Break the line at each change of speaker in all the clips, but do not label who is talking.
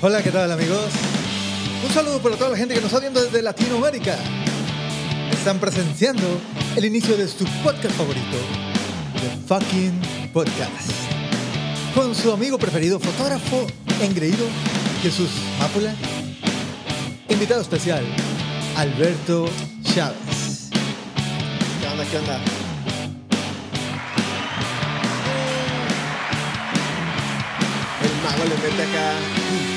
Hola, ¿qué tal amigos? Un saludo para toda la gente que nos está viendo desde Latinoamérica. Están presenciando el inicio de su podcast favorito, The Fucking Podcast. Con su amigo preferido, fotógrafo engreído, Jesús Mápula. Invitado especial, Alberto Chávez.
¿Qué onda? ¿Qué onda? El mago le mete acá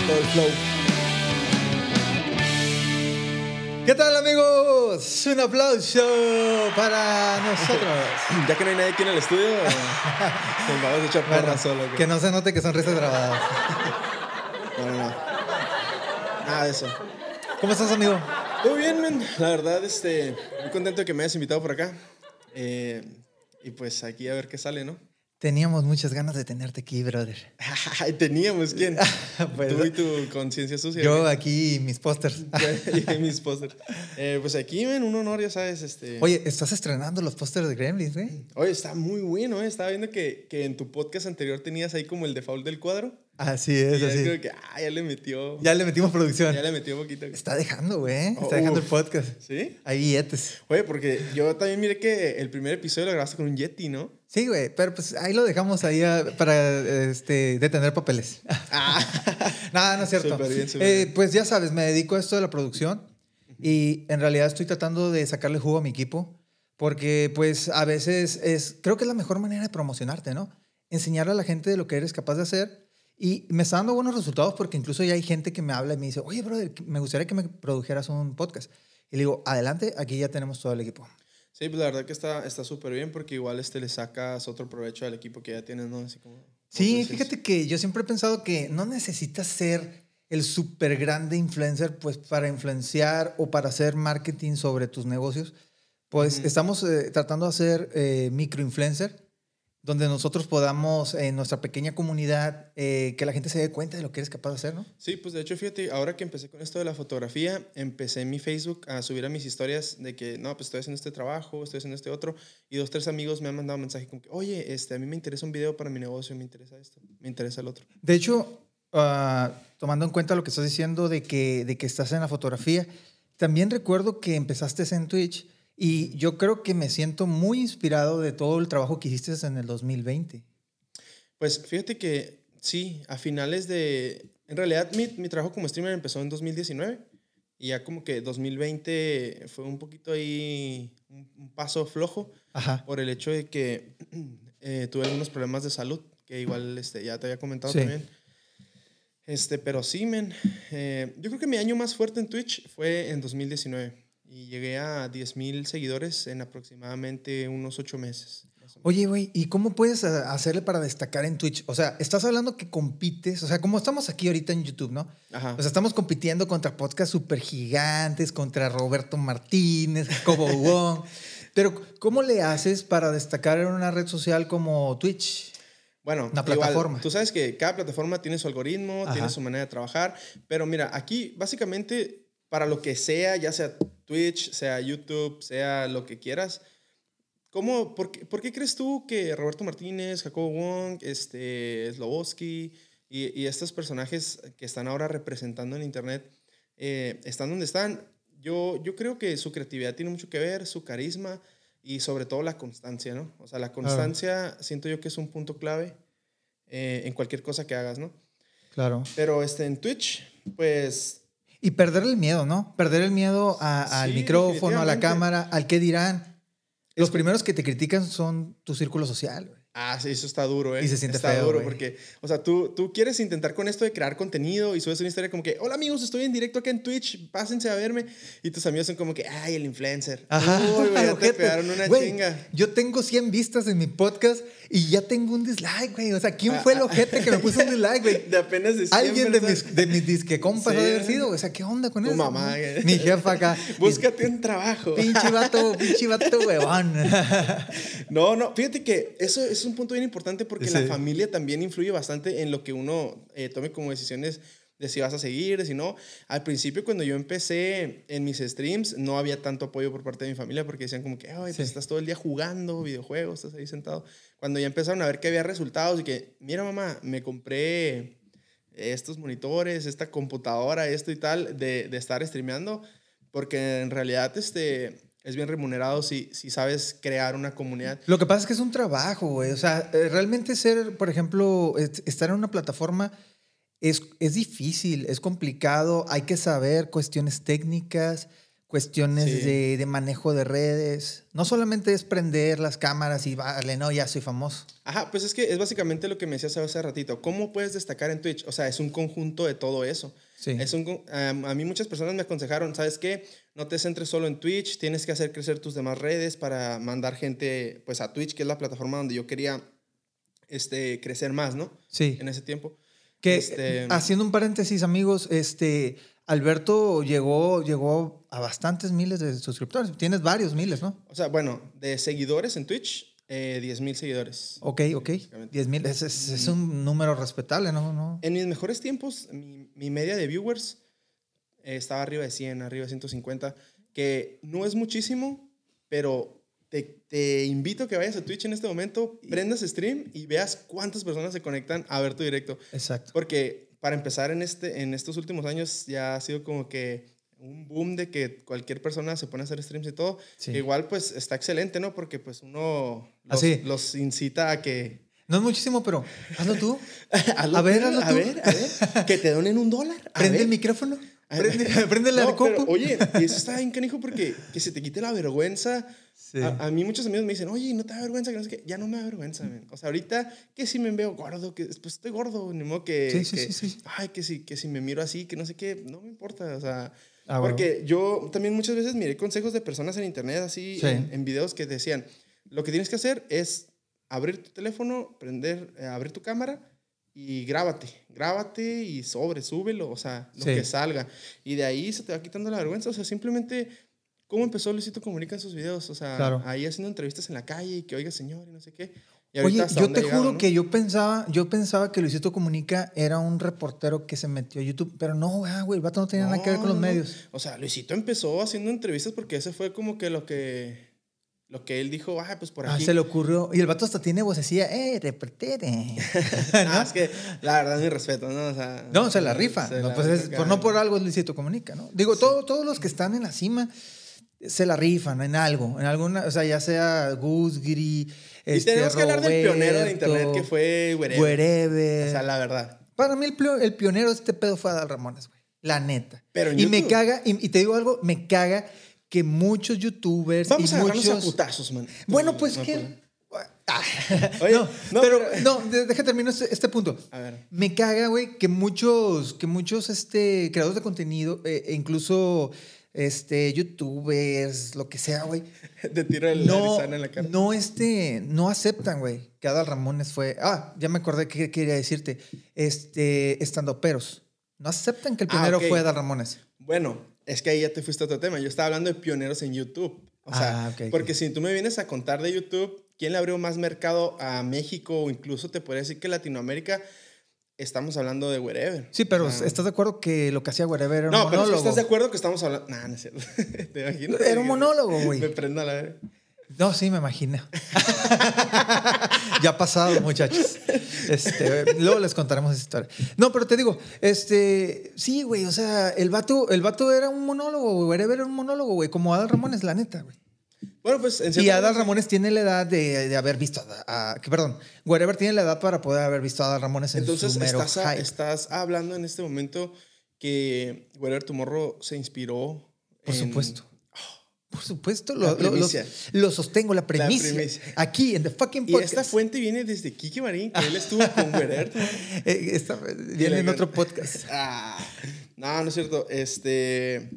todo el flow.
¿Qué tal amigos? Un aplauso para nosotros.
Ya que no hay nadie aquí en el estudio, el mago se echa porra
Bueno,
solo. güey.
que no se note que son risas grabadas.
No, no, no. Nada de eso.
¿Cómo estás, amigo?
Muy bien, men. La verdad, este, muy contento que me hayas invitado por acá. Eh, y pues aquí a ver qué sale, ¿no?
Teníamos muchas ganas de tenerte aquí, brother.
Ay, teníamos quién.
Pues,
Tú y tu conciencia sucia.
Yo aquí y mis pósters.
güey. Y mis pósters. Eh, pues aquí, men, un honor, ya sabes. Este...
Oye, estás estrenando los pósters de Gremlins, güey.
Oye, está muy bueno, ¿eh? Estaba viendo que, que en tu podcast anterior tenías ahí como el default del cuadro.
Así
Y
es,
yo
así.
creo que, ah, ya le metió. Ya,
Ya le metimos producción.
le metió poquito.
Está dejando, güey.
Oh,
Está dejando el
uf.
podcast.
¿Sí?
Hay billetes.
Oye, porque yo también miré que el primer episodio lo grabaste con un Yeti, ¿no?
Sí, güey, pero pues ahí lo dejamos ahí ah, para este, detener papeles.
Ah,
No, no es cierto.
Súper bien, súper
Eh,
bien.
pues ya sabes, me dedico a esto de la producción y en realidad estoy tratando de sacarle jugo a mi equipo porque pues a veces es, creo que es la mejor manera de promocionarte, ¿no? Enseñarle a la gente de lo que eres capaz de hacer y me está dando buenos resultados porque incluso ya hay gente que me habla y me dice, oye, brother, me gustaría que me produjeras un podcast. Y le digo, adelante, aquí ya tenemos todo el equipo.
sí, pues la verdad que está está súper bien porque igual este le sacas otro provecho al equipo que ya tienes, ¿no? Así como.
Sí,
entonces,
fíjate que yo siempre he pensado que no necesitas ser el súper grande influencer pues para influenciar o para hacer marketing sobre tus negocios. Pues
Ujú.
estamos eh, tratando de hacer eh, microinfluencer, donde nosotros podamos en nuestra pequeña comunidad eh, que la gente se dé cuenta de lo que eres capaz de hacer, ¿no?
Sí, pues de hecho, fíjate, ahora que empecé con esto de la fotografía, empecé en mi Facebook a subir a mis historias de que, no, pues estoy haciendo este trabajo, estoy haciendo este otro, y dos, tres amigos me han mandado mensaje como que, oye, este, a mí me interesa un video para mi negocio, me interesa esto, me interesa el otro.
De hecho, ah, tomando en cuenta lo que estás diciendo de que, de que estás en la fotografía, también recuerdo que empezaste en Twitch y yo creo que me siento muy inspirado de todo el trabajo que hiciste en el 2020.
Pues fíjate que sí, a finales de... En realidad mi, mi trabajo como streamer empezó en 2019 y ya como que 2020 fue un poquito ahí un, un paso flojo
Ajá.
por el hecho de que eh, tuve algunos problemas de salud que igual este, ya te había comentado
Sí.
también. Este, pero sí, men. eh, yo creo que mi año más fuerte en Twitch fue en 2019 y llegué a 10.000 seguidores en aproximadamente unos 8 meses. más o menos.
Oye, güey, ¿y cómo puedes ah, hacerle para destacar en Twitch? O sea, estás hablando que compites, o sea, como estamos aquí ahorita en YouTube, ¿no?
Ajá.
O sea, estamos compitiendo contra podcasts super gigantes, contra Roberto Martínez, Jacobo Wong. Pero, ¿cómo le haces para destacar en una red social como Twitch?
Bueno,
Una
igual,
plataforma.
tú sabes que cada plataforma tiene su algoritmo,
Ajá.
tiene su manera de trabajar, pero mira, aquí básicamente para lo que sea, ya sea Twitch, sea YouTube, sea lo que quieras, ¿cómo, por, qué, por qué crees tú que Roberto Martínez, Jacobo Wong, este, Sloboski y, y estos personajes que están ahora representando en Internet eh, están donde están? Yo, yo creo que su creatividad tiene mucho que ver, su carisma y sobre todo la constancia, ¿no? O sea, la constancia siento yo que es un punto clave eh, en cualquier cosa que hagas, ¿no?
Claro.
Pero este, en Twitch, pues
Y perder el miedo, ¿no? Perder el miedo a- al
Sí,
micrófono, a la
definitivamente.
cámara, al qué dirán. Los
que-
primeros que te critican son tu círculo social. güey.
Ah, sí, eso está duro, ¿eh?
Y se siente
está
feo,
duro
güey.
porque, o sea, tú, tú quieres intentar con esto de crear contenido y subes una historia como que, hola amigos, estoy en directo acá en Twitch, pásense a verme. Y tus amigos son como que, ay, el influencer. Uy, güey, ya te
ojete.
pegaron una
Güey,
chinga.
Yo tengo 100 vistas en mi podcast y ya tengo un dislike, güey. O sea, ¿quién
Ah,
fue el
ah,
ojete que me puso un dislike, güey?
De apenas de 100
Alguien de
personas.
mis, de mis disque compas
Sí,
ha de haber
güey.
sido, güey. O sea, ¿qué onda con
Tu
eso?
mamá, güey.
Mi jefa acá.
Búscate un trabajo.
Pinche vato, pinche vato, huevón.
No, no, fíjate que eso es un punto bien importante porque
Sí.
la familia también influye bastante en lo que uno eh, tome como decisiones de si vas a seguir, de si no. Al principio cuando yo empecé en mis streams no había tanto apoyo por parte de mi familia porque decían como que, ay, pues
Sí.
estás todo el día jugando videojuegos, estás ahí sentado. Cuando ya empezaron a ver que había resultados y que, mira mamá, me compré estos monitores, esta computadora, esto y tal, de, de estar streameando, porque en realidad este, es bien remunerado si, si sabes crear una comunidad.
Lo que pasa es que es un trabajo, güey. O sea, eh, realmente ser, por ejemplo, es- estar en una plataforma es, es difícil, es complicado. Hay que saber cuestiones técnicas, cuestiones
Sí.
de, de manejo de redes. No solamente es prender las cámaras y vale, no, ya soy famoso.
Ajá, pues es que es básicamente lo que me decías hace ratito. ¿Cómo puedes destacar en Twitch? O sea, es un conjunto de todo eso.
Sí.
Es un, con- am- a mí muchas personas me aconsejaron, ¿sabes qué? No te centres solo en Twitch, tienes que hacer crecer tus demás redes para mandar gente pues a Twitch, que es la plataforma donde yo quería este, crecer más, ¿no?
sí.
En ese tiempo.
Que
Este-
haciendo un paréntesis, amigos, este Alberto llegó, llegó a bastantes miles de suscriptores. Tienes varios miles, ¿no?
O sea, bueno, de seguidores en Twitch, eh, 10.000 seguidores.
Ok, ok.
básicamente.
10 mil. Es, es- es un número respetable, ¿no? no.
En mis mejores tiempos, mi, mi media de viewers eh, estaba arriba de 100, arriba de 150, que no es muchísimo, pero te, te invito a que vayas a Twitch en este momento, prendas stream y veas cuántas personas se conectan a ver tu directo.
Exacto.
Porque para empezar en, este, en estos últimos años ya ha sido como que un boom de que cualquier persona se pone a hacer streams y todo.
Sí.
Que igual pues está excelente, ¿no? Porque pues uno los,
Así.
los incita a que...
No es muchísimo, pero hazlo tú.
hazlo
A ver,
tú,
hazlo
a
tú.
ver, a ver, que te donen un dólar. a
Prende
ver.
el micrófono.
A
Prende, prende la
No, pero,
copa.
oye, y eso está bien canijo porque que se te quite la vergüenza.
Sí.
A, a mí muchos amigos me dicen, oye, ¿no te da vergüenza? Que no sé qué. Ya no me da vergüenza, men. O sea, ahorita que si me veo gordo, que pues estoy gordo, ni modo que...
Sí, sí,
que-
sí, sí.
Ay, que si, que si me miro así, que no sé qué, no me importa, o sea...
Ah, bueno.
porque yo también muchas veces miré consejos de personas en internet, así,
Sí.
en, en videos que decían, lo que tienes que hacer es abrir tu teléfono, prender, eh, abrir tu cámara y grábate, grábate y sobre, súbelo, o sea, lo
Sí.
que salga. Y de ahí se te va quitando la vergüenza, o sea, simplemente cómo empezó Luisito Comunica en sus videos, o sea,
Claro.
ahí haciendo entrevistas en la calle y que oiga señor y no sé qué. Y ahorita
Oye,
hasta
yo te
dónde ha llegado,
juro
¿no?
que yo pensaba, yo pensaba que Luisito Comunica era un reportero que se metió a YouTube, pero no, ah, güey, el vato no tenía nada que ver con
No,
los
no, no.
medios.
O sea, Luisito empezó haciendo entrevistas porque ese fue como que lo que lo que él dijo, ah, pues por
Ah,
aquí.
se le ocurrió. Y el vato hasta tiene vocecilla, eh, reportero.
Ah, es que la verdad mi respeto, ¿no? O sea,
No, se la rifa.
se
No,
la
pues
rifa
es-
acá.
por- no por algo es Luisito Comunica, ¿no? Digo, todo- todos los que están en la cima se la rifan en algo, en alguna, o sea, ya sea este, Gusgri,
Y tenemos que hablar del pionero de internet que fue Guerrero.
Wherever.
O sea, la verdad.
Para mí el, plio- el pionero de este pedo fue Adal Ramones, güey. La neta.
Pero en
y me
YouTube.
caga, y, y te digo algo, me caga que muchos youtubers
Vamos
y
a agarrarnos a
muchos...
putazos, man.
bueno, pues
No,
que... Ah.
Oye,
no,
no,
pero,
pero-
no, de- deja terminar este, este punto.
A ver.
Me caga, güey, que muchos, que muchos este, creadores de contenido, eh, e incluso este, youtubers, lo que sea, güey,
Te tiro el
no,
arizana en la cara.
no, este, no aceptan, güey, que Adal Ramones fue. Ah, ya me acordé que quería decirte. Este, estandoperos. No aceptan que el
Ah,
primero
ok.
fue Adal Ramones.
Bueno, es que ahí ya te fuiste a otro tema. Yo estaba hablando de pioneros en YouTube. O sea,
Ah, ok, ok.
porque si tú me vienes a contar de YouTube, ¿quién le abrió más mercado a México o incluso te podría decir que Latinoamérica? Estamos hablando de wherever.
Sí, pero
Ah.
¿estás de acuerdo que lo que hacía Wherever era un
No, pero es que
monólogo?
estás de acuerdo que estamos hablando. Nah, no es cierto. Te imagino.
Era un monólogo,
Me
güey.
prendo a la verga.
No, sí, me imagino. ya ha pasado, muchachos. Este, luego les contaremos esa historia. No, pero te digo, este, sí, güey, o sea, el vato, el vato era un monólogo, güey. Wherever era un monólogo, güey, como Adal Ramones, la neta, güey.
Bueno, pues en
Y
cierto-
Adal Ramones tiene la edad de, de haber visto a, a- que, Perdón, Wherever tiene la edad para poder haber visto a Adal Ramones en
Entonces
su mero
estás, a-
hype.
estás hablando en este momento que Wherever Tomorrow se inspiró.
Por
en-
supuesto. Por supuesto,
La
lo, lo- lo-
primicia.
lo sostengo, la premisa.
primicia.
Aquí, en The Fucking
Y esta
Podcast.
fuente viene desde Kiki Marín, que él estuvo con Wherever Tomorrow.
Eh, esta viene en
la-
otro podcast.
Ah, no, no es cierto. Este.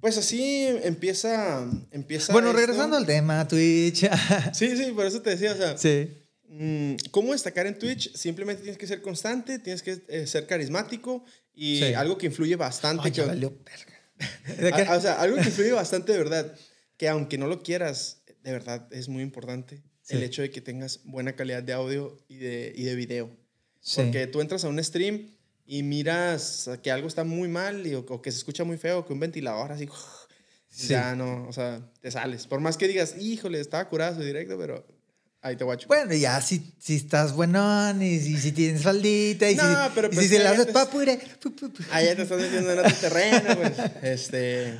Pues así empieza. empieza
Bueno,
esto.
regresando al tema, Twitch.
Sí, sí, por eso te decía, o sea,
sí.
mm, ¿cómo destacar en Twitch? Simplemente tienes que ser constante, tienes que eh, ser carismático y
Sí.
algo que influye bastante.
Ay,
que-
ya valió verga. ¿De qué?
a- a- o sea, algo que influye bastante de verdad, que aunque no lo quieras, de verdad es muy importante
Sí.
el hecho de que tengas buena calidad de audio y de, y de video.
Sí.
ah, Porque tú entras a un stream y miras que algo está muy mal y- o, o que se escucha muy feo, que un ventilador así.
Sí.
Ya no, o sea, te sales. Por más que digas, híjole, estaba curado su directo, pero Ahí te guacho.
Bueno, ya si, si estás buenón y si, si tienes faldita y
No,
si,
pero
y
pues
si se
que
la
ya
haces
te-
papure. pu, pu, pu.
Ahí te estás metiendo en otro terreno, güey. Este.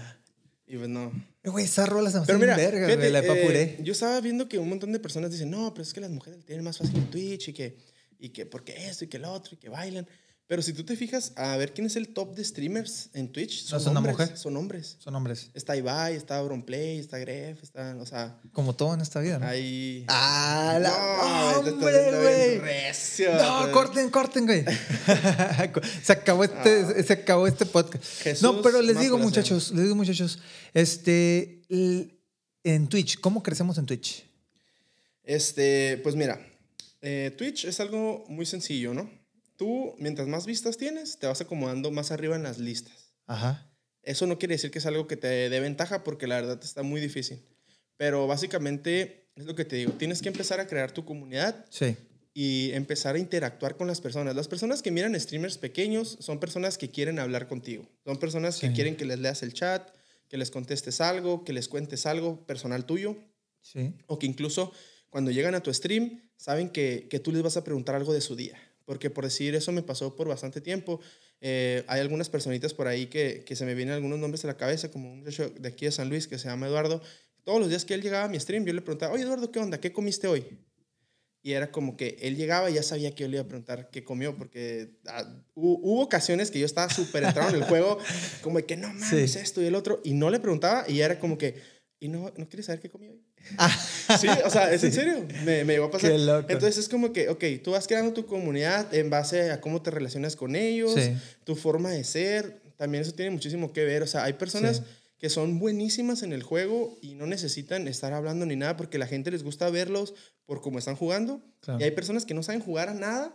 Y pues no.
Güey, esas rolas se me
Pero
hacen
mira,
verga,
fíjate,
güey, la de papure.
eh, yo estaba viendo que un montón de personas dicen, no, pero es que las mujeres tienen más fácil en Twitch y que, y que porque esto y que lo otro y que bailan. Pero si tú te fijas a ver quién es el top de streamers en Twitch,
No
son
es una
hombres.
mujer.
Son hombres.
Son hombres.
Está Ibai, está Auronplay, está Gref, está, o sea,
Como todo en esta vida, ¿no?
hay...
¡Ah,
No,
la
te estás
hombre,
viendo bien
güey!
recio,
No,
güey. Ah.
corten, corten, güey. se, acabó este, se acabó este podcast.
Jesús
no, pero les
más
digo,
placer.
muchachos, les digo, muchachos, este, l- en Twitch, ¿cómo crecemos en Twitch?
Este, pues mira, eh, Twitch es algo muy sencillo, ¿no? Tú, mientras más vistas tienes, te vas acomodando más arriba en las listas.
Ajá.
Eso no quiere decir que es algo que te dé ventaja porque la verdad está muy difícil. Pero básicamente es lo que te digo, tienes que empezar a crear tu comunidad
Sí.
y empezar a interactuar con las personas. Las personas que miran streamers pequeños son personas que quieren hablar contigo. Son personas que
Sí.
quieren que les leas el chat, que les contestes algo, que les cuentes algo personal tuyo
Sí.
o que incluso cuando llegan a tu stream saben que, que tú les vas a preguntar algo de su día. Porque por decir eso me pasó por bastante tiempo. Eh, hay algunas personitas por ahí que, que se me vienen algunos nombres a la cabeza, como un muchacho de aquí de San Luis que se llama Eduardo. Todos los días que él llegaba a mi stream, yo le preguntaba, oye Eduardo, ¿qué onda? ¿Qué comiste hoy? Y era como que él llegaba y ya sabía que yo le iba a preguntar qué comió, porque ah, hu- hubo ocasiones que yo estaba súper entrado en el juego, como de que no mames
Sí.
esto y el otro, y no le preguntaba, y ya era como que, ¿y no, no quieres saber qué comí hoy?
Ah,
Sí, o sea, es en serio. Me, me llegó a pasar.
Qué loco.
Entonces es como que, ok, tú vas creando tu comunidad en base a cómo te relacionas con ellos,
Sí.
tu forma de ser. También eso tiene muchísimo que ver. O sea, hay personas
Sí.
que son buenísimas en el juego y no necesitan estar hablando ni nada porque la gente les gusta verlos por cómo están jugando.
Claro.
Y hay personas que no saben jugar a nada,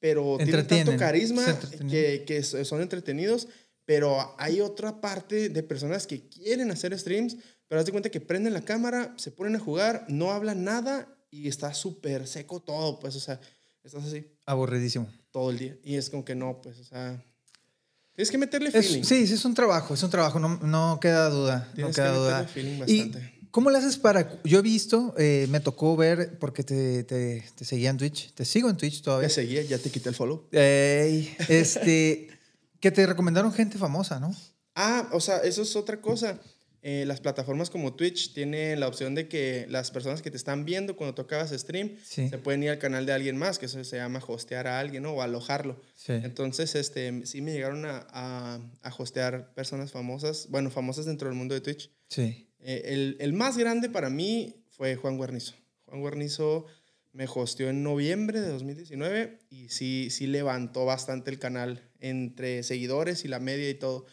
pero tienen tanto
Entretienen,
carisma
se entretienen.
que, que so- son entretenidos. Pero hay otra parte de personas que quieren hacer streams, pero haz de cuenta que prenden la cámara, se ponen a jugar, no hablan nada y está súper seco todo, pues, o sea, estás así
aburridísimo.
todo el día. Y es como que no, pues, o sea, tienes que meterle
Es-
feeling.
sí, sí, es un trabajo, es un trabajo, no, no queda duda. No
Tienes
queda
que
duda.
meterle feeling
¿Y
bastante.
cómo le haces para.? Yo he visto, eh, me tocó ver, porque te, te, te seguía en Twitch, te sigo en Twitch todavía.
Ya seguía, ya te quité el follow.
Ey, este, que te recomendaron gente famosa, ¿no?
Ah, o sea, eso es otra cosa. Eh, las plataformas como Twitch tienen la opción de que las personas que te están viendo cuando tocabas stream
Sí.
se pueden ir al canal de alguien más, que eso se llama hostear a alguien ¿no? o alojarlo.
Sí.
Entonces, este, sí me llegaron a, a, a hostear personas famosas, bueno, famosas dentro del mundo de Twitch.
Sí.
Eh, el, el más grande para mí fue Juan Guarnizo. Juan Guarnizo me hosteó en noviembre de 2019 y sí, sí levantó bastante el canal entre seguidores y la media y todo,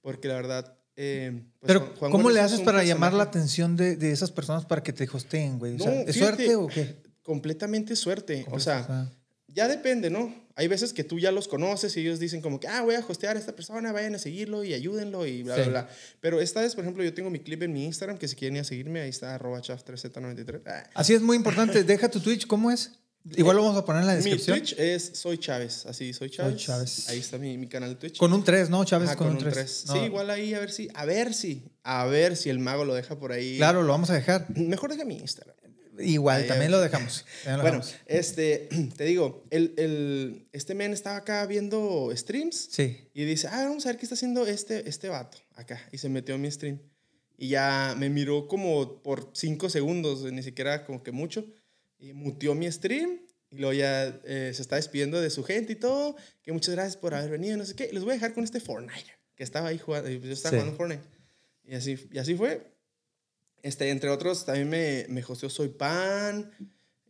porque la verdad... eh, pues,
Pero,
Juan- Juan
¿cómo le
Guarnizo es
haces
un
para llamar la
personaje-
atención de, de esas personas para que te hosteen, güey? O
No,
sea, ¿Es
fíjate,
suerte o qué?
Completamente suerte. O sea, ya depende, ¿no? Hay veces que tú ya los conoces y ellos dicen como que, ah, voy a hostear a esta persona, vayan a seguirlo y ayúdenlo y bla,
Sí.
bla, bla. Pero esta vez, por ejemplo, yo tengo mi clip en mi Instagram, que si quieren ir a seguirme, ahí está, arroba chaf3z93. Ah.
Así es muy importante. Deja tu Twitch, ¿cómo es? Igual lo vamos a poner en la
Mi
descripción.
Twitch es Soy Chávez, así, Soy Chávez.
Chávez.
Ahí está mi, mi canal de Twitch.
Con un 3, ¿no? Chávez,
Ajá,
con, un 3.
tres. Sí, igual ahí, a ver si, a ver si, a ver si el mago lo deja por ahí.
Claro, lo vamos a dejar.
Mejor deja mi Instagram.
Igual,
Ahí,
también
ahí.
lo dejamos. también lo
Bueno,
dejamos.
este, te digo, el, el, este men estaba acá viendo streams
Sí.
y dice, ah, vamos a ver qué está haciendo este, este vato acá. Y se metió en mi stream. Y ya me miró como por cinco segundos, ni siquiera como que mucho. Y muteó mi stream. Y luego ya eh, se está despidiendo de su gente y todo. Que muchas gracias por haber venido, no sé qué. Les voy a dejar con este Fortnite. Que estaba ahí jugando. y Yo estaba
Sí.
jugando Fortnite. Y así, y así fue. Este, entre otros, también me, me hosteó Soy Pan.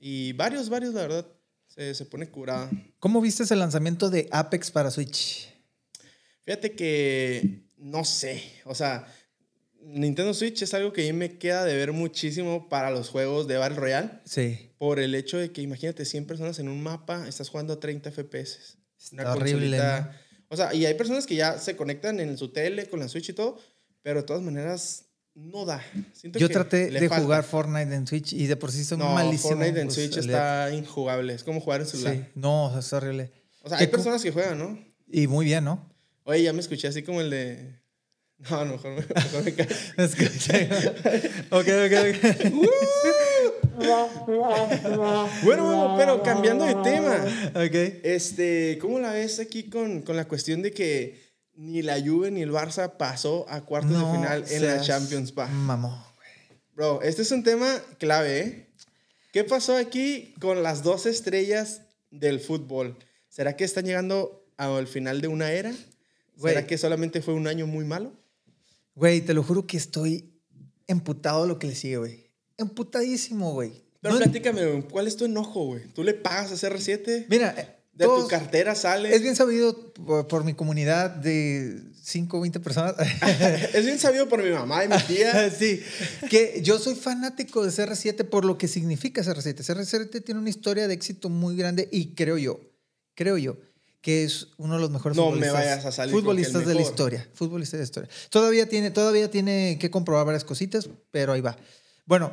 Y varios, varios, la verdad. Se, se pone curada.
¿Cómo viste el lanzamiento de Apex para Switch?
Fíjate que no sé, o sea, Nintendo Switch es algo que a mí me queda de ver muchísimo para los juegos de Battle Royale
Sí.
por el hecho de que imagínate 100 personas en un mapa, estás jugando a 30 FPS.
Está horrible,
consolita- O sea, y hay personas que ya se conectan en su tele con la Switch y todo, pero de todas maneras no da. Siento
Yo
que
traté
le
de
falta.
jugar Fortnite en Switch y de por sí son
no,
malísimos.
Fortnite en
pues,
Switch
olvídate.
está injugable, es como jugar en celular.
Sí. No, o sea, es horrible.
O sea,
¿Qué
hay
co-
personas que juegan, ¿no?
Y muy bien, ¿no?
Oye, ya me escuché así como el de... No, a lo mejor me, mejor me callo.
Escucha. ok, ok, ok.
Bueno, bueno, pero cambiando de tema.
Ok.
Este, ¿cómo la ves aquí con, con la cuestión de que ni la Juve ni el Barça pasó a cuartos
No
de final en la
seas
Champions pa?
Mamón.
Bro, este es un tema clave, ¿eh? ¿Qué pasó aquí con las dos estrellas del fútbol? ¿Será que están llegando al final de una era?
Güey.
¿Será que solamente fue un año muy malo?
Güey, te lo juro que estoy emputado de lo que le sigue, güey. Emputadísimo, güey.
Pero
No-
platícame, güey, ¿cuál es tu enojo, güey? ¿Tú le pagas a CR7?
mira, eh,
¿De tu
todos-
cartera sale?
es bien sabido por, por mi comunidad de 5 o 20 personas.
Es bien sabido por mi mamá y mi tía.
sí, que yo soy fanático de CR7 por lo que significa CR7. CR7 tiene una historia de éxito muy grande y creo yo, creo yo, que es uno de los mejores
No me
futbolistas,
vayas a salir con que el
futbolistas de la
mejor.
historia. Futbolista de la historia. Todavía tiene, todavía tiene que comprobar varias cositas, pero ahí va. Bueno,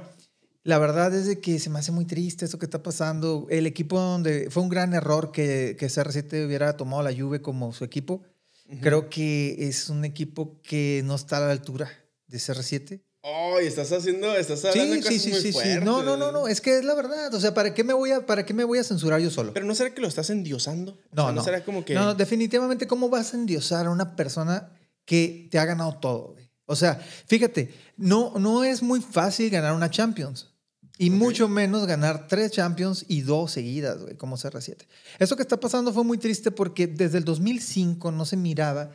la verdad es de que se me hace muy triste esto que está pasando. El equipo donde fue un gran error que, que CR7 hubiera tomado la Juve como su equipo. Creo que es un equipo que no está a la altura de CR7.
Ay, estás haciendo, estás
Sí,
hablando de cosas
sí, sí,
muy
sí, sí.
fuertes.
No, no, no, no. Es que es la verdad. O sea, ¿para qué me voy a, para qué me voy a censurar yo solo?
Pero no será que lo estás endiosando? O
no,
sea,
no.
será como que
No, no, definitivamente, ¿cómo vas a endiosar a una persona que te ha ganado todo? güey? O sea, fíjate, no, no es muy fácil ganar una Champions. Y
Ok.
mucho menos ganar tres Champions y dos seguidas, güey, como CR7. Eso que está pasando fue muy triste porque desde el 2005 no se miraba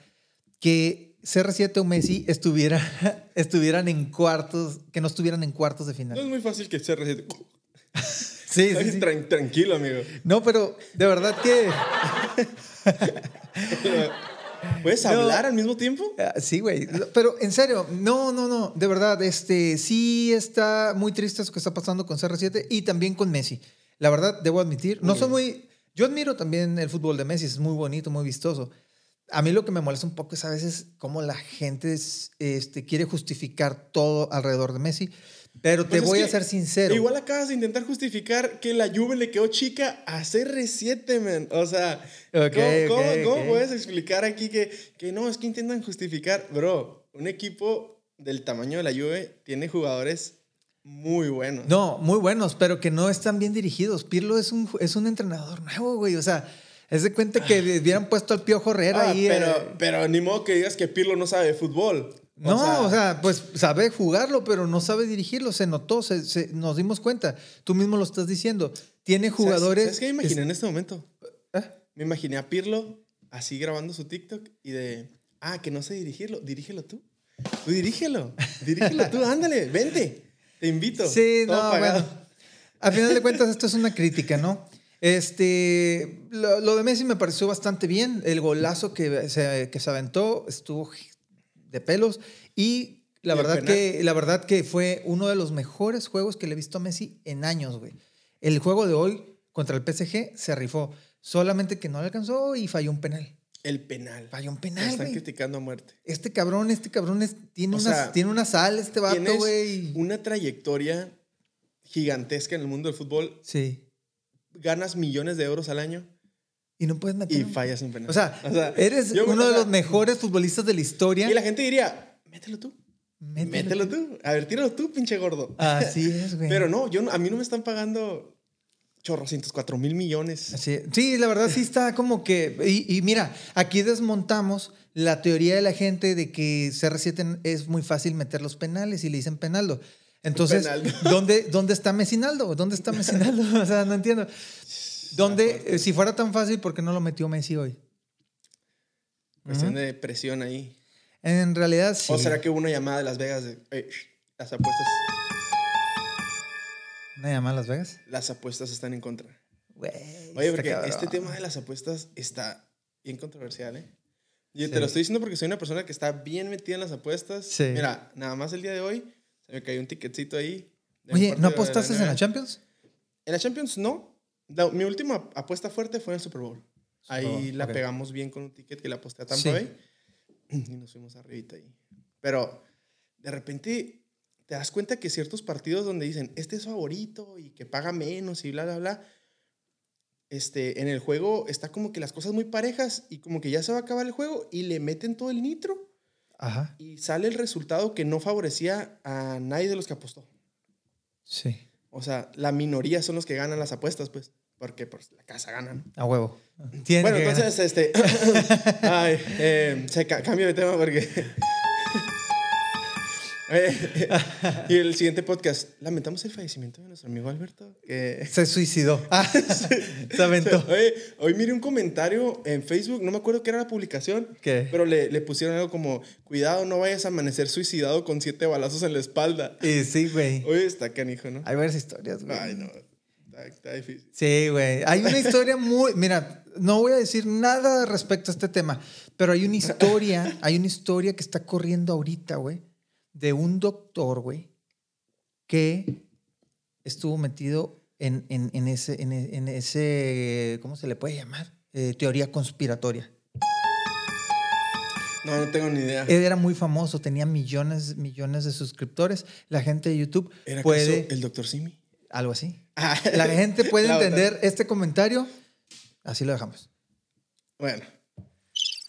que CR7 o Messi estuviera, estuvieran en cuartos, que no estuvieran en cuartos de
no es
final.
muy fácil que CR7.
Sí, sí, sí.
Tran- tranquilo, amigo.
No, pero de verdad que...
¿Puedes
No.
hablar al mismo tiempo?
Ah, Sí, güey. Lo- Pero en serio, no, no, no. De verdad, este, sí está muy triste eso que está pasando con CR7 y también con Messi. La verdad, debo admitir, no
Muy
soy muy. Yo admiro también el fútbol de Messi, es muy bonito, muy vistoso. A mí lo que me molesta un poco es a veces cómo la gente es- este, quiere justificar todo alrededor de Messi. Pero te
Pues es
voy a
que
ser sincero.
Igual acabas de intentar justificar que la Juve le quedó chica a CR7, man. O sea,
Ok,
¿cómo, cómo-
ok,
cómo
ok.
puedes explicar aquí que, que no? Es que intentan justificar. Bro, un equipo del tamaño de la Juve tiene jugadores muy buenos.
No, muy buenos, pero que no están bien dirigidos. Pirlo es un, es un entrenador nuevo, güey. O sea, es de cuenta que hubieran puesto al Piojo Herrera
Ah,
ahí. eh,
pero, pero ni modo que digas que Pirlo no sabe de fútbol.
No, o sea, pues sabe jugarlo, pero no sabe dirigirlo. Se notó, se- se- nos dimos cuenta. Tú mismo lo estás diciendo. Tiene jugadores.
Es que me imaginé en este momento?
es- ¿eh?
Me imaginé a Pirlo así grabando su TikTok y de, ah, que no sé dirigirlo, dirígelo tú. Tú dirígelo, dirígelo tú, ándale, vente, te invito.
Sí,
Todo
no,
pagado.
bueno. Al final de cuentas, esto es una crítica, ¿no? Este, lo, lo de Messi me pareció bastante bien. El golazo que se, que se aventó estuvo de pelos. Y la
Y el
verdad,
penal.
que, la verdad que fue uno de los mejores juegos que le he visto a Messi en años, güey. El juego de hoy contra el PSG se rifó. Solamente que no le alcanzó y falló un penal.
El penal.
Falló un
Lo
penal,
están
güey.
criticando a muerte.
Este cabrón, este cabrón es- tiene,
O
una,
sea,
tiene una sal, este vato,
Tienes
güey.
una trayectoria gigantesca en el mundo del fútbol,
Sí.
ganas millones de euros al año
Y no puedes meter
y
un
fallas un penal.
O sea, eres
yo-
uno
o
de
sea,
los mejores futbolistas de la historia.
Y la gente diría, mételo tú,
Mételo. Ah,
mételo, tú. A ver, tíralo tú, pinche gordo.
Así es, güey.
Pero no, yo, no- a mí no me están pagando chorrocientos, cuatro mil millones.
Así- sí, la verdad sí está como que... Y, y mira, aquí desmontamos la teoría de la gente de que CR7 es muy fácil meter los penales y le dicen penaldo. Entonces,
Penaldo.
¿dónde, ¿dónde está Messinaldo? ¿Dónde está Messinaldo? O sea, no entiendo. ¿Dónde, eh, si fuera tan fácil, por qué no lo metió Messi hoy?
Cuestión de presión ahí.
En realidad sí.
¿O será que hubo una llamada de Las Vegas de, "Ey, shh, las apuestas,
¿Una llamada a Las Vegas?
las apuestas están en contra?
Güey,
Oye,
está
porque
cabrón.
este tema de las apuestas está bien controversial, ¿eh? Y
Sí.
te lo estoy diciendo porque soy una persona que está bien metida en las apuestas.
Sí.
Mira, nada más el día de hoy se me cayó un tiquetcito ahí. de mi
Oye,
parte
¿no
de la
apostaste en
NBA.
la Champions?
En la Champions no. La- mi última apuesta fuerte fue en el Super Bowl. Ahí
Bowl,
la
ok.
pegamos bien con un ticket que la aposté a Tampa
Sí.
Bay. Y nos fuimos arribita ahí. Pero de repente te das cuenta que ciertos partidos donde dicen, este es favorito y que paga menos y bla, bla, bla. Este, en el juego está como que las cosas muy parejas y como que ya se va a acabar el juego y le meten todo el nitro
Ajá,
y sale el resultado que no favorecía a nadie de los que apostó.
sí.
O sea, la minoría son los que ganan las apuestas, pues, porque pues, la casa ganan.
A huevo. Tiene
bueno,
que ganar.
entonces, este. ay, eh, se ca- cambio de tema porque. Eh, y el siguiente podcast. Lamentamos el fallecimiento de nuestro amigo Alberto. que-
Se suicidó. Ah, se aventó.
Oye, hoy miré un comentario en Facebook, no me acuerdo qué era la publicación,
¿Qué?
pero le, le pusieron algo como: Cuidado, no vayas a amanecer suicidado con siete balazos en la espalda.
Y sí, güey.
Oye, está canijo, ¿no?
Hay varias historias, güey.
Ay, no. Está, está difícil.
Sí, güey. Hay una historia muy. Mira, no voy a decir nada respecto a este tema, pero hay una historia, hay una historia que está corriendo ahorita, güey, de un doctor, güey, que estuvo metido en, en- en ese, en, e- en ese. ¿Cómo se le puede llamar? Eh, teoría conspiratoria.
No, no tengo ni idea.
Él era muy famoso, tenía millones, millones de suscriptores. La gente de YouTube
¿Era acaso
puede.
el doctor Simi?
Algo así.
Ah,
La gente puede
la otra.
entender este comentario. Así lo dejamos.
Bueno.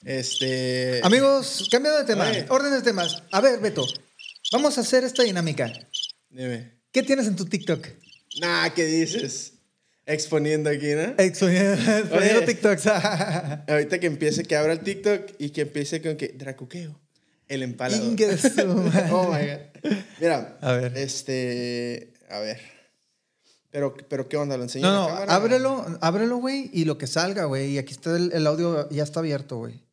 Este.
Amigos, cambiando de tema,
Oye.
orden de temas. A ver, Beto, vamos a hacer esta dinámica.
Dime.
¿Qué tienes en tu TikTok?
Nah, ¿qué dices? Exponiendo aquí, ¿no?
Poniendo TikToks.
Ahorita que empiece, que abra el TikTok y que empiece con que Dracuqueo, el empalador.
Ingue de su madre.
oh my god. Mira,
A ver.
Este. A ver. Pero, pero ¿qué onda? ¿Lo enseño?
No,
en la
no,
cámara?
ábrelo, ábrelo, güey, y lo que salga, güey. Y aquí está el, el audio, ya está abierto, güey.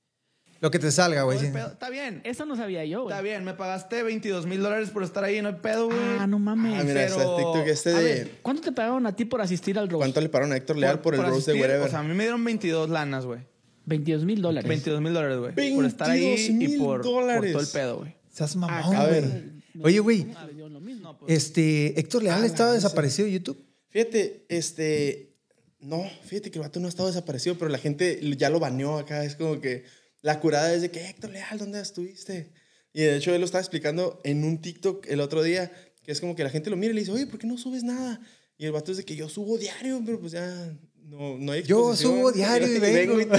Lo que te salga, güey.
No hay
sí.
pedo. Está bien,
Eso no sabía yo, güey.
está bien. Me pagaste 22 mil dólares por estar ahí, no hay pedo, güey.
Ah, no mames.
Ah, mira,
pero-
está el TikTok este
A
de.
ver, ¿cuánto te pagaron a ti por asistir al roast?
¿Cuánto le pararon a Héctor Leal por, el roast de
asistir,
Wherever?
O sea, a mí me dieron 22 lanas, güey.
22 mil dólares.
22 mil dólares, güey. Por estar ahí y
22,000
por, por todo
dólares.
el pedo, güey.
Seas
Ah,
mamón,
a
güey.
ver.
Oye, güey,
Me dio Ah, lo mismo.
pues.
este, Héctor Leal
Ah,
estaba desaparecido de YouTube.
Fíjate, este. No, fíjate que el vato no ha estado desaparecido, pero la gente ya lo baneó acá. Es como que la curada es de que Héctor Leal, ¿dónde estuviste? Y de hecho él lo estaba explicando en un TikTok el otro día, que es como que la gente lo mira y le dice, oye, ¿por qué no subes nada? Y el vato es de que yo subo diario, pero pues ya no, no hay
Yo
exposición.
subo diario y vengo.
y te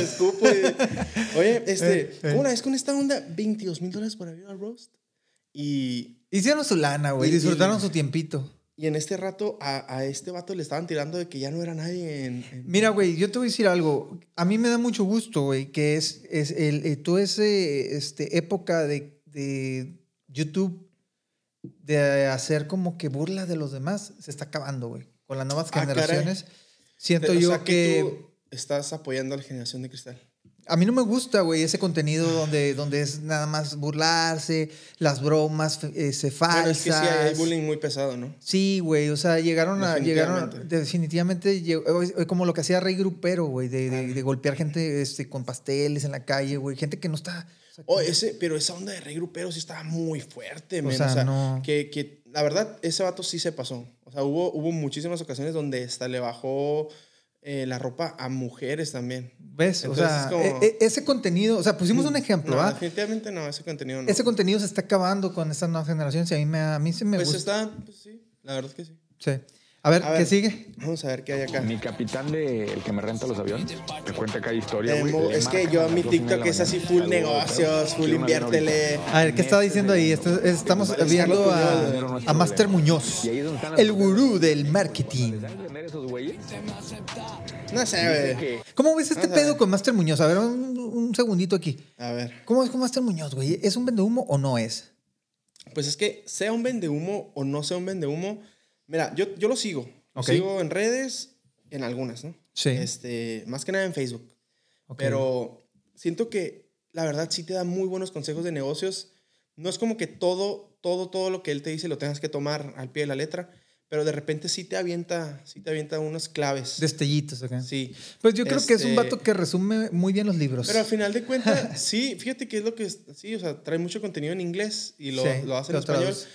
escupo. y- Oye, este,
eh.
¿cómo la ves con esta onda? 22 mil dólares para ir al roast. Y
Hicieron su lana, güey.
Y- y-
Disfrutaron su tiempito.
y en este rato a, a este vato le estaban tirando de que ya no era nadie en... en-
Mira, güey, yo te voy a decir algo. A mí me da mucho gusto, güey, que es, es el, eh, toda esa este, época de, de YouTube de hacer como que burla de los demás se está acabando, güey. Con las nuevas
Ah, caray.
generaciones. Siento
O
yo
sea,
que.
tú estás apoyando a la generación de cristal.
A mí no me gusta, güey, ese contenido donde, donde es nada más burlarse, las bromas eh, se falsas.
Bueno, es que sí, hay, hay bullying muy pesado, ¿no?
Sí, güey, o sea, llegaron a. Llegaron,
Definitivamente.
definitivamente, llegó- eh, eh, como lo que hacía Rey Grupero, güey, de, de- de golpear gente este, con pasteles en la calle, güey, gente que no está. o sea,
Oh, ese, pero esa onda de rey grupero sí estaba muy fuerte, men. O
sea,
sea,
no.
que, que la verdad, ese vato sí se pasó. O sea, hubo, hubo muchísimas ocasiones donde hasta le bajó eh, la ropa a mujeres también.
¿Ves? O
Entonces,
sea,
es como-
e- e- ese contenido, o sea, pusimos un ejemplo,
No,
¿ah?
definitivamente no, ese contenido no.
Ese contenido se está acabando con estas nuevas generaciones y a mí, me, a mí se me
Pues
gusta.
está, pues sí, la verdad que sí.
Sí. A ver,
A
¿qué
ver.
sigue?
Vamos a ver qué hay acá.
Mi capitán de el que me renta los aviones me cuenta cada historia.
Eh,
güey.
mo-
Le
es que
marcan
yo
a
a
las
mi
dos y media de
TikTok
la
es así
mañana.
full
Algo, güey,
negocios,
quiero
full
un avión
inviértele.
ahorita.
A ver, ¿qué estaba diciendo ahí?
Meses de
Esto- estamos
Vale,
viendo
Carlos
a,
Muñoz, dinero no es
a Master
problema.
Muñoz,
Y ahí es donde están las
el
sorpresas.
gurú del
Cuando
marketing.
les dan tener esos güeyes,
No sé,
dicen
güey.
que
¿Cómo ves este
Vamos a ver.
pedo con Master Muñoz? A ver, un- un segundito aquí.
A ver.
¿Cómo es con Master Muñoz, güey? ¿Es un vendehumo o no es?
Pues es que sea un vendehumo o no sea un vendehumo. Mira, yo, yo lo sigo. Lo
Ok.
Sigo en redes, en algunas, ¿no?
Sí.
Este, más que nada en Facebook.
Ok.
Pero siento que la verdad sí te da muy buenos consejos de negocios. No es como que todo, todo, todo lo que él te dice lo tengas que tomar al pie de la letra, pero de repente sí te avienta, sí te avienta unas claves.
Destellitos, acá.
Sí.
Pues yo creo que es un
Este-
vato que resume muy bien los libros.
Pero al final de cuentas, sí, fíjate que es lo que. es- Sí, o sea, trae mucho contenido en inglés y lo,
Sí,
lo hace en
lo
español.
traduce.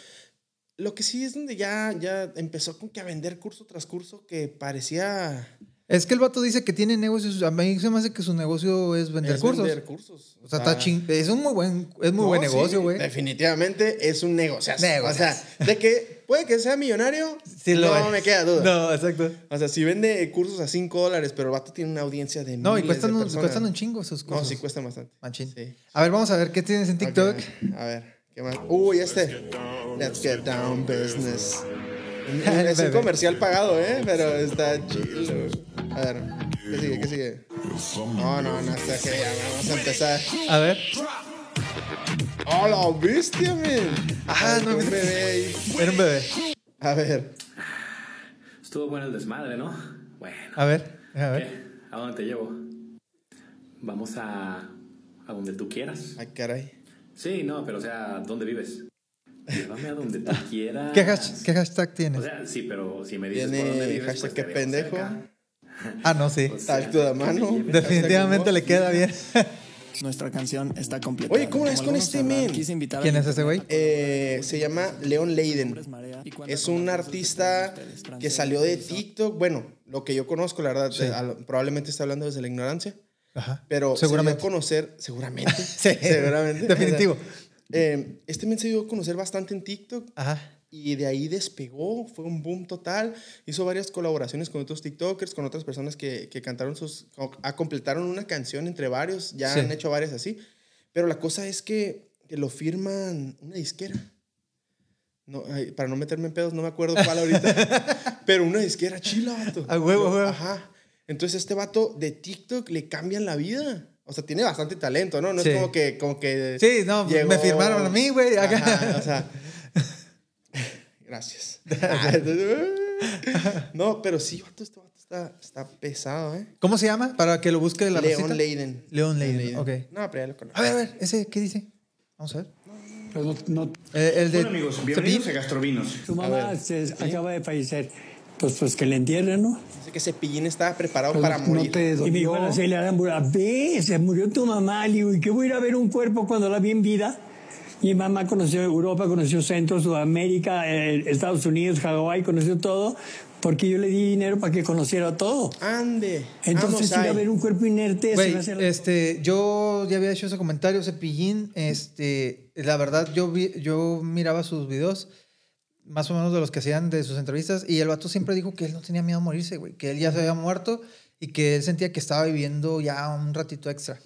Lo que sí es donde ya, ya empezó con que a vender curso tras curso que parecía.
Es que el vato dice que tiene negocios. A mí se me hace que su negocio es vender
es
cursos.
vender cursos. Ah.
O sea, está ching. Es un muy buen, es muy buen
No, sí,
negocio, güey.
definitivamente es un negocio. O
Negociazo.
sea, de que puede que sea millonario,
Sí lo
no
es.
me queda duda.
No, exacto.
O sea, si vende cursos a 5 dólares, pero el vato tiene una audiencia de.
No, y
miles
cuestan
de
un,
personas.
cuestan un chingo sus
No,
cursos.
sí, cuestan bastante.
Machín.
Sí.
A ver, vamos a ver qué tienes en TikTok.
Ok, A ver, ¿qué más? Uy, este. Let's get down business. Es un comercial pagado, ¿eh? Pero está chido. A ver, ¿qué sigue? ¿Qué sigue? No, no, no, hasta que ya vamos a empezar.
A ver.
¡Oh, la bestia, man!
Ah, no,
un
mira.
bebé ahí.
Era un bebé.
A ver.
Estuvo bueno el desmadre, ¿no? Bueno.
A ver. A ver.
¿qué? ¿A dónde te llevo? Vamos a. a donde tú quieras.
Ay, ah, caray.
Sí, no, pero o sea, ¿dónde vives? Llévame a donde tú quieras.
¿Qué, hash- qué hashtag
O
tienes?
sea, sí, pero si me dices por dónde
Tiene
vives.
hashtag
pues,
que
te veo
pendejo.
cerca.
Ah, no, sí.
O sea,
Tacto de mano.
Definitivamente le queda bien.
Nuestra canción está completa.
Oye, ¿cómo la ves con este men?
¿Quién es ese güey?
Eh, se llama Leon Leiden. Es un artista que salió de TikTok. Bueno, lo que yo conozco, la verdad,
Sí.
a lo- probablemente está hablando desde la ignorancia.
Ajá.
Pero
Seguramente.
se dio a conocer, seguramente.
Sí,
seguramente.
definitivo.
O sea, eh, este men se dio a conocer bastante en TikTok
Ajá.
y de ahí despegó, fue un boom total. Hizo varias colaboraciones con otros TikTokers, con otras personas que, que cantaron sus, o- a- completaron una canción entre varios, ya
Sí.
han hecho varias así. Pero la cosa es que, que lo firman una disquera. No, ay, para no meterme en pedos, no me acuerdo cuál ahorita. pero una disquera chila, vato.
A huevo, a huevo.
Ajá. Entonces, este vato de TikTok le cambian la vida. O sea, tiene bastante talento, ¿no? No
Sí.
es como que, como que.
Sí, no, me firmaron a mí, güey, acá.
Ajá, o sea. Gracias. no, pero sí, vato, este vato está, está pesado, ¿eh?
¿Cómo se llama? Para que lo busque la
Leon
racita.
Leiden.
Leon Leiden, ok.
No, pero ya lo conozco.
A ver, a ver, ese, ¿qué dice? Vamos a ver.
Pero no, no-
Eh, el de.
Bueno, amigos, bienvenidos a
Cepillín.
Gastrovinos.
su mamá se acaba de fallecer. Pues, pues que le entierren, ¿no?
Dice que Cepillín estaba preparado
Pero
para
no
morir.
te dolió. Y me dijo la Celia Arámbula, ve, se murió tu mamá. Le digo, ¿y qué voy a ir a ver un cuerpo cuando la vi en vida? Mi mamá conoció Europa, conoció Centro, Sudamérica, eh, Estados Unidos, Hawái, conoció todo, porque yo le di dinero para que conociera todo.
Ande.
Entonces,
vamos
ir a
ahí.
ver un cuerpo inerte, se
Güey,
me hace la-
este, yo ya había hecho ese comentario, Cepillín, este, la verdad, yo, vi- yo miraba sus videos, más o menos de los que hacían de sus entrevistas, y el vato siempre dijo que él no tenía miedo a morirse, güey, que él ya se había muerto y que él sentía que estaba viviendo ya un ratito extra.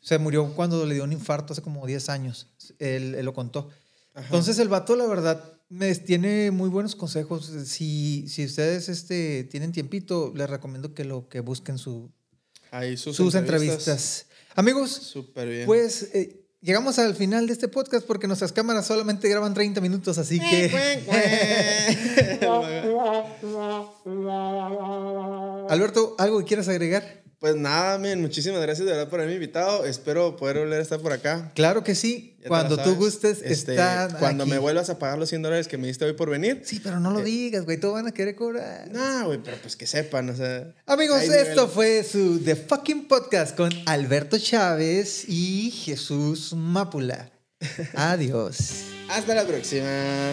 Se murió cuando le dio un infarto hace como 10 años, él, él lo contó. Entonces el vato, la verdad, me tiene muy buenos consejos. Si, si ustedes este, tienen tiempito, les recomiendo que lo que busquen su,
Ahí
sus, entrevistas. Amigos,
Súper bien.
pues eh, llegamos al final de este podcast porque nuestras cámaras solamente graban 30 minutos, así que... Alberto, ¿algo que quieras agregar?
pues nada, men, muchísimas gracias de verdad por haberme invitado. Espero poder volver a estar por acá.
Claro que sí,
Ya te
cuando
la
tú
sabes.
gustes,
Este,
están
Cuando
aquí.
me vuelvas a pagar los 100 dólares que me diste hoy por venir.
Sí, pero no lo digas, güey, todos van a querer cobrar.
No, güey, pero pues que sepan, o sea.
Amigos,
hay
esto
niveles.
fue su The Fucking Podcast con Alberto Chávez y Jesús Mápula. Adiós.
Hasta la próxima.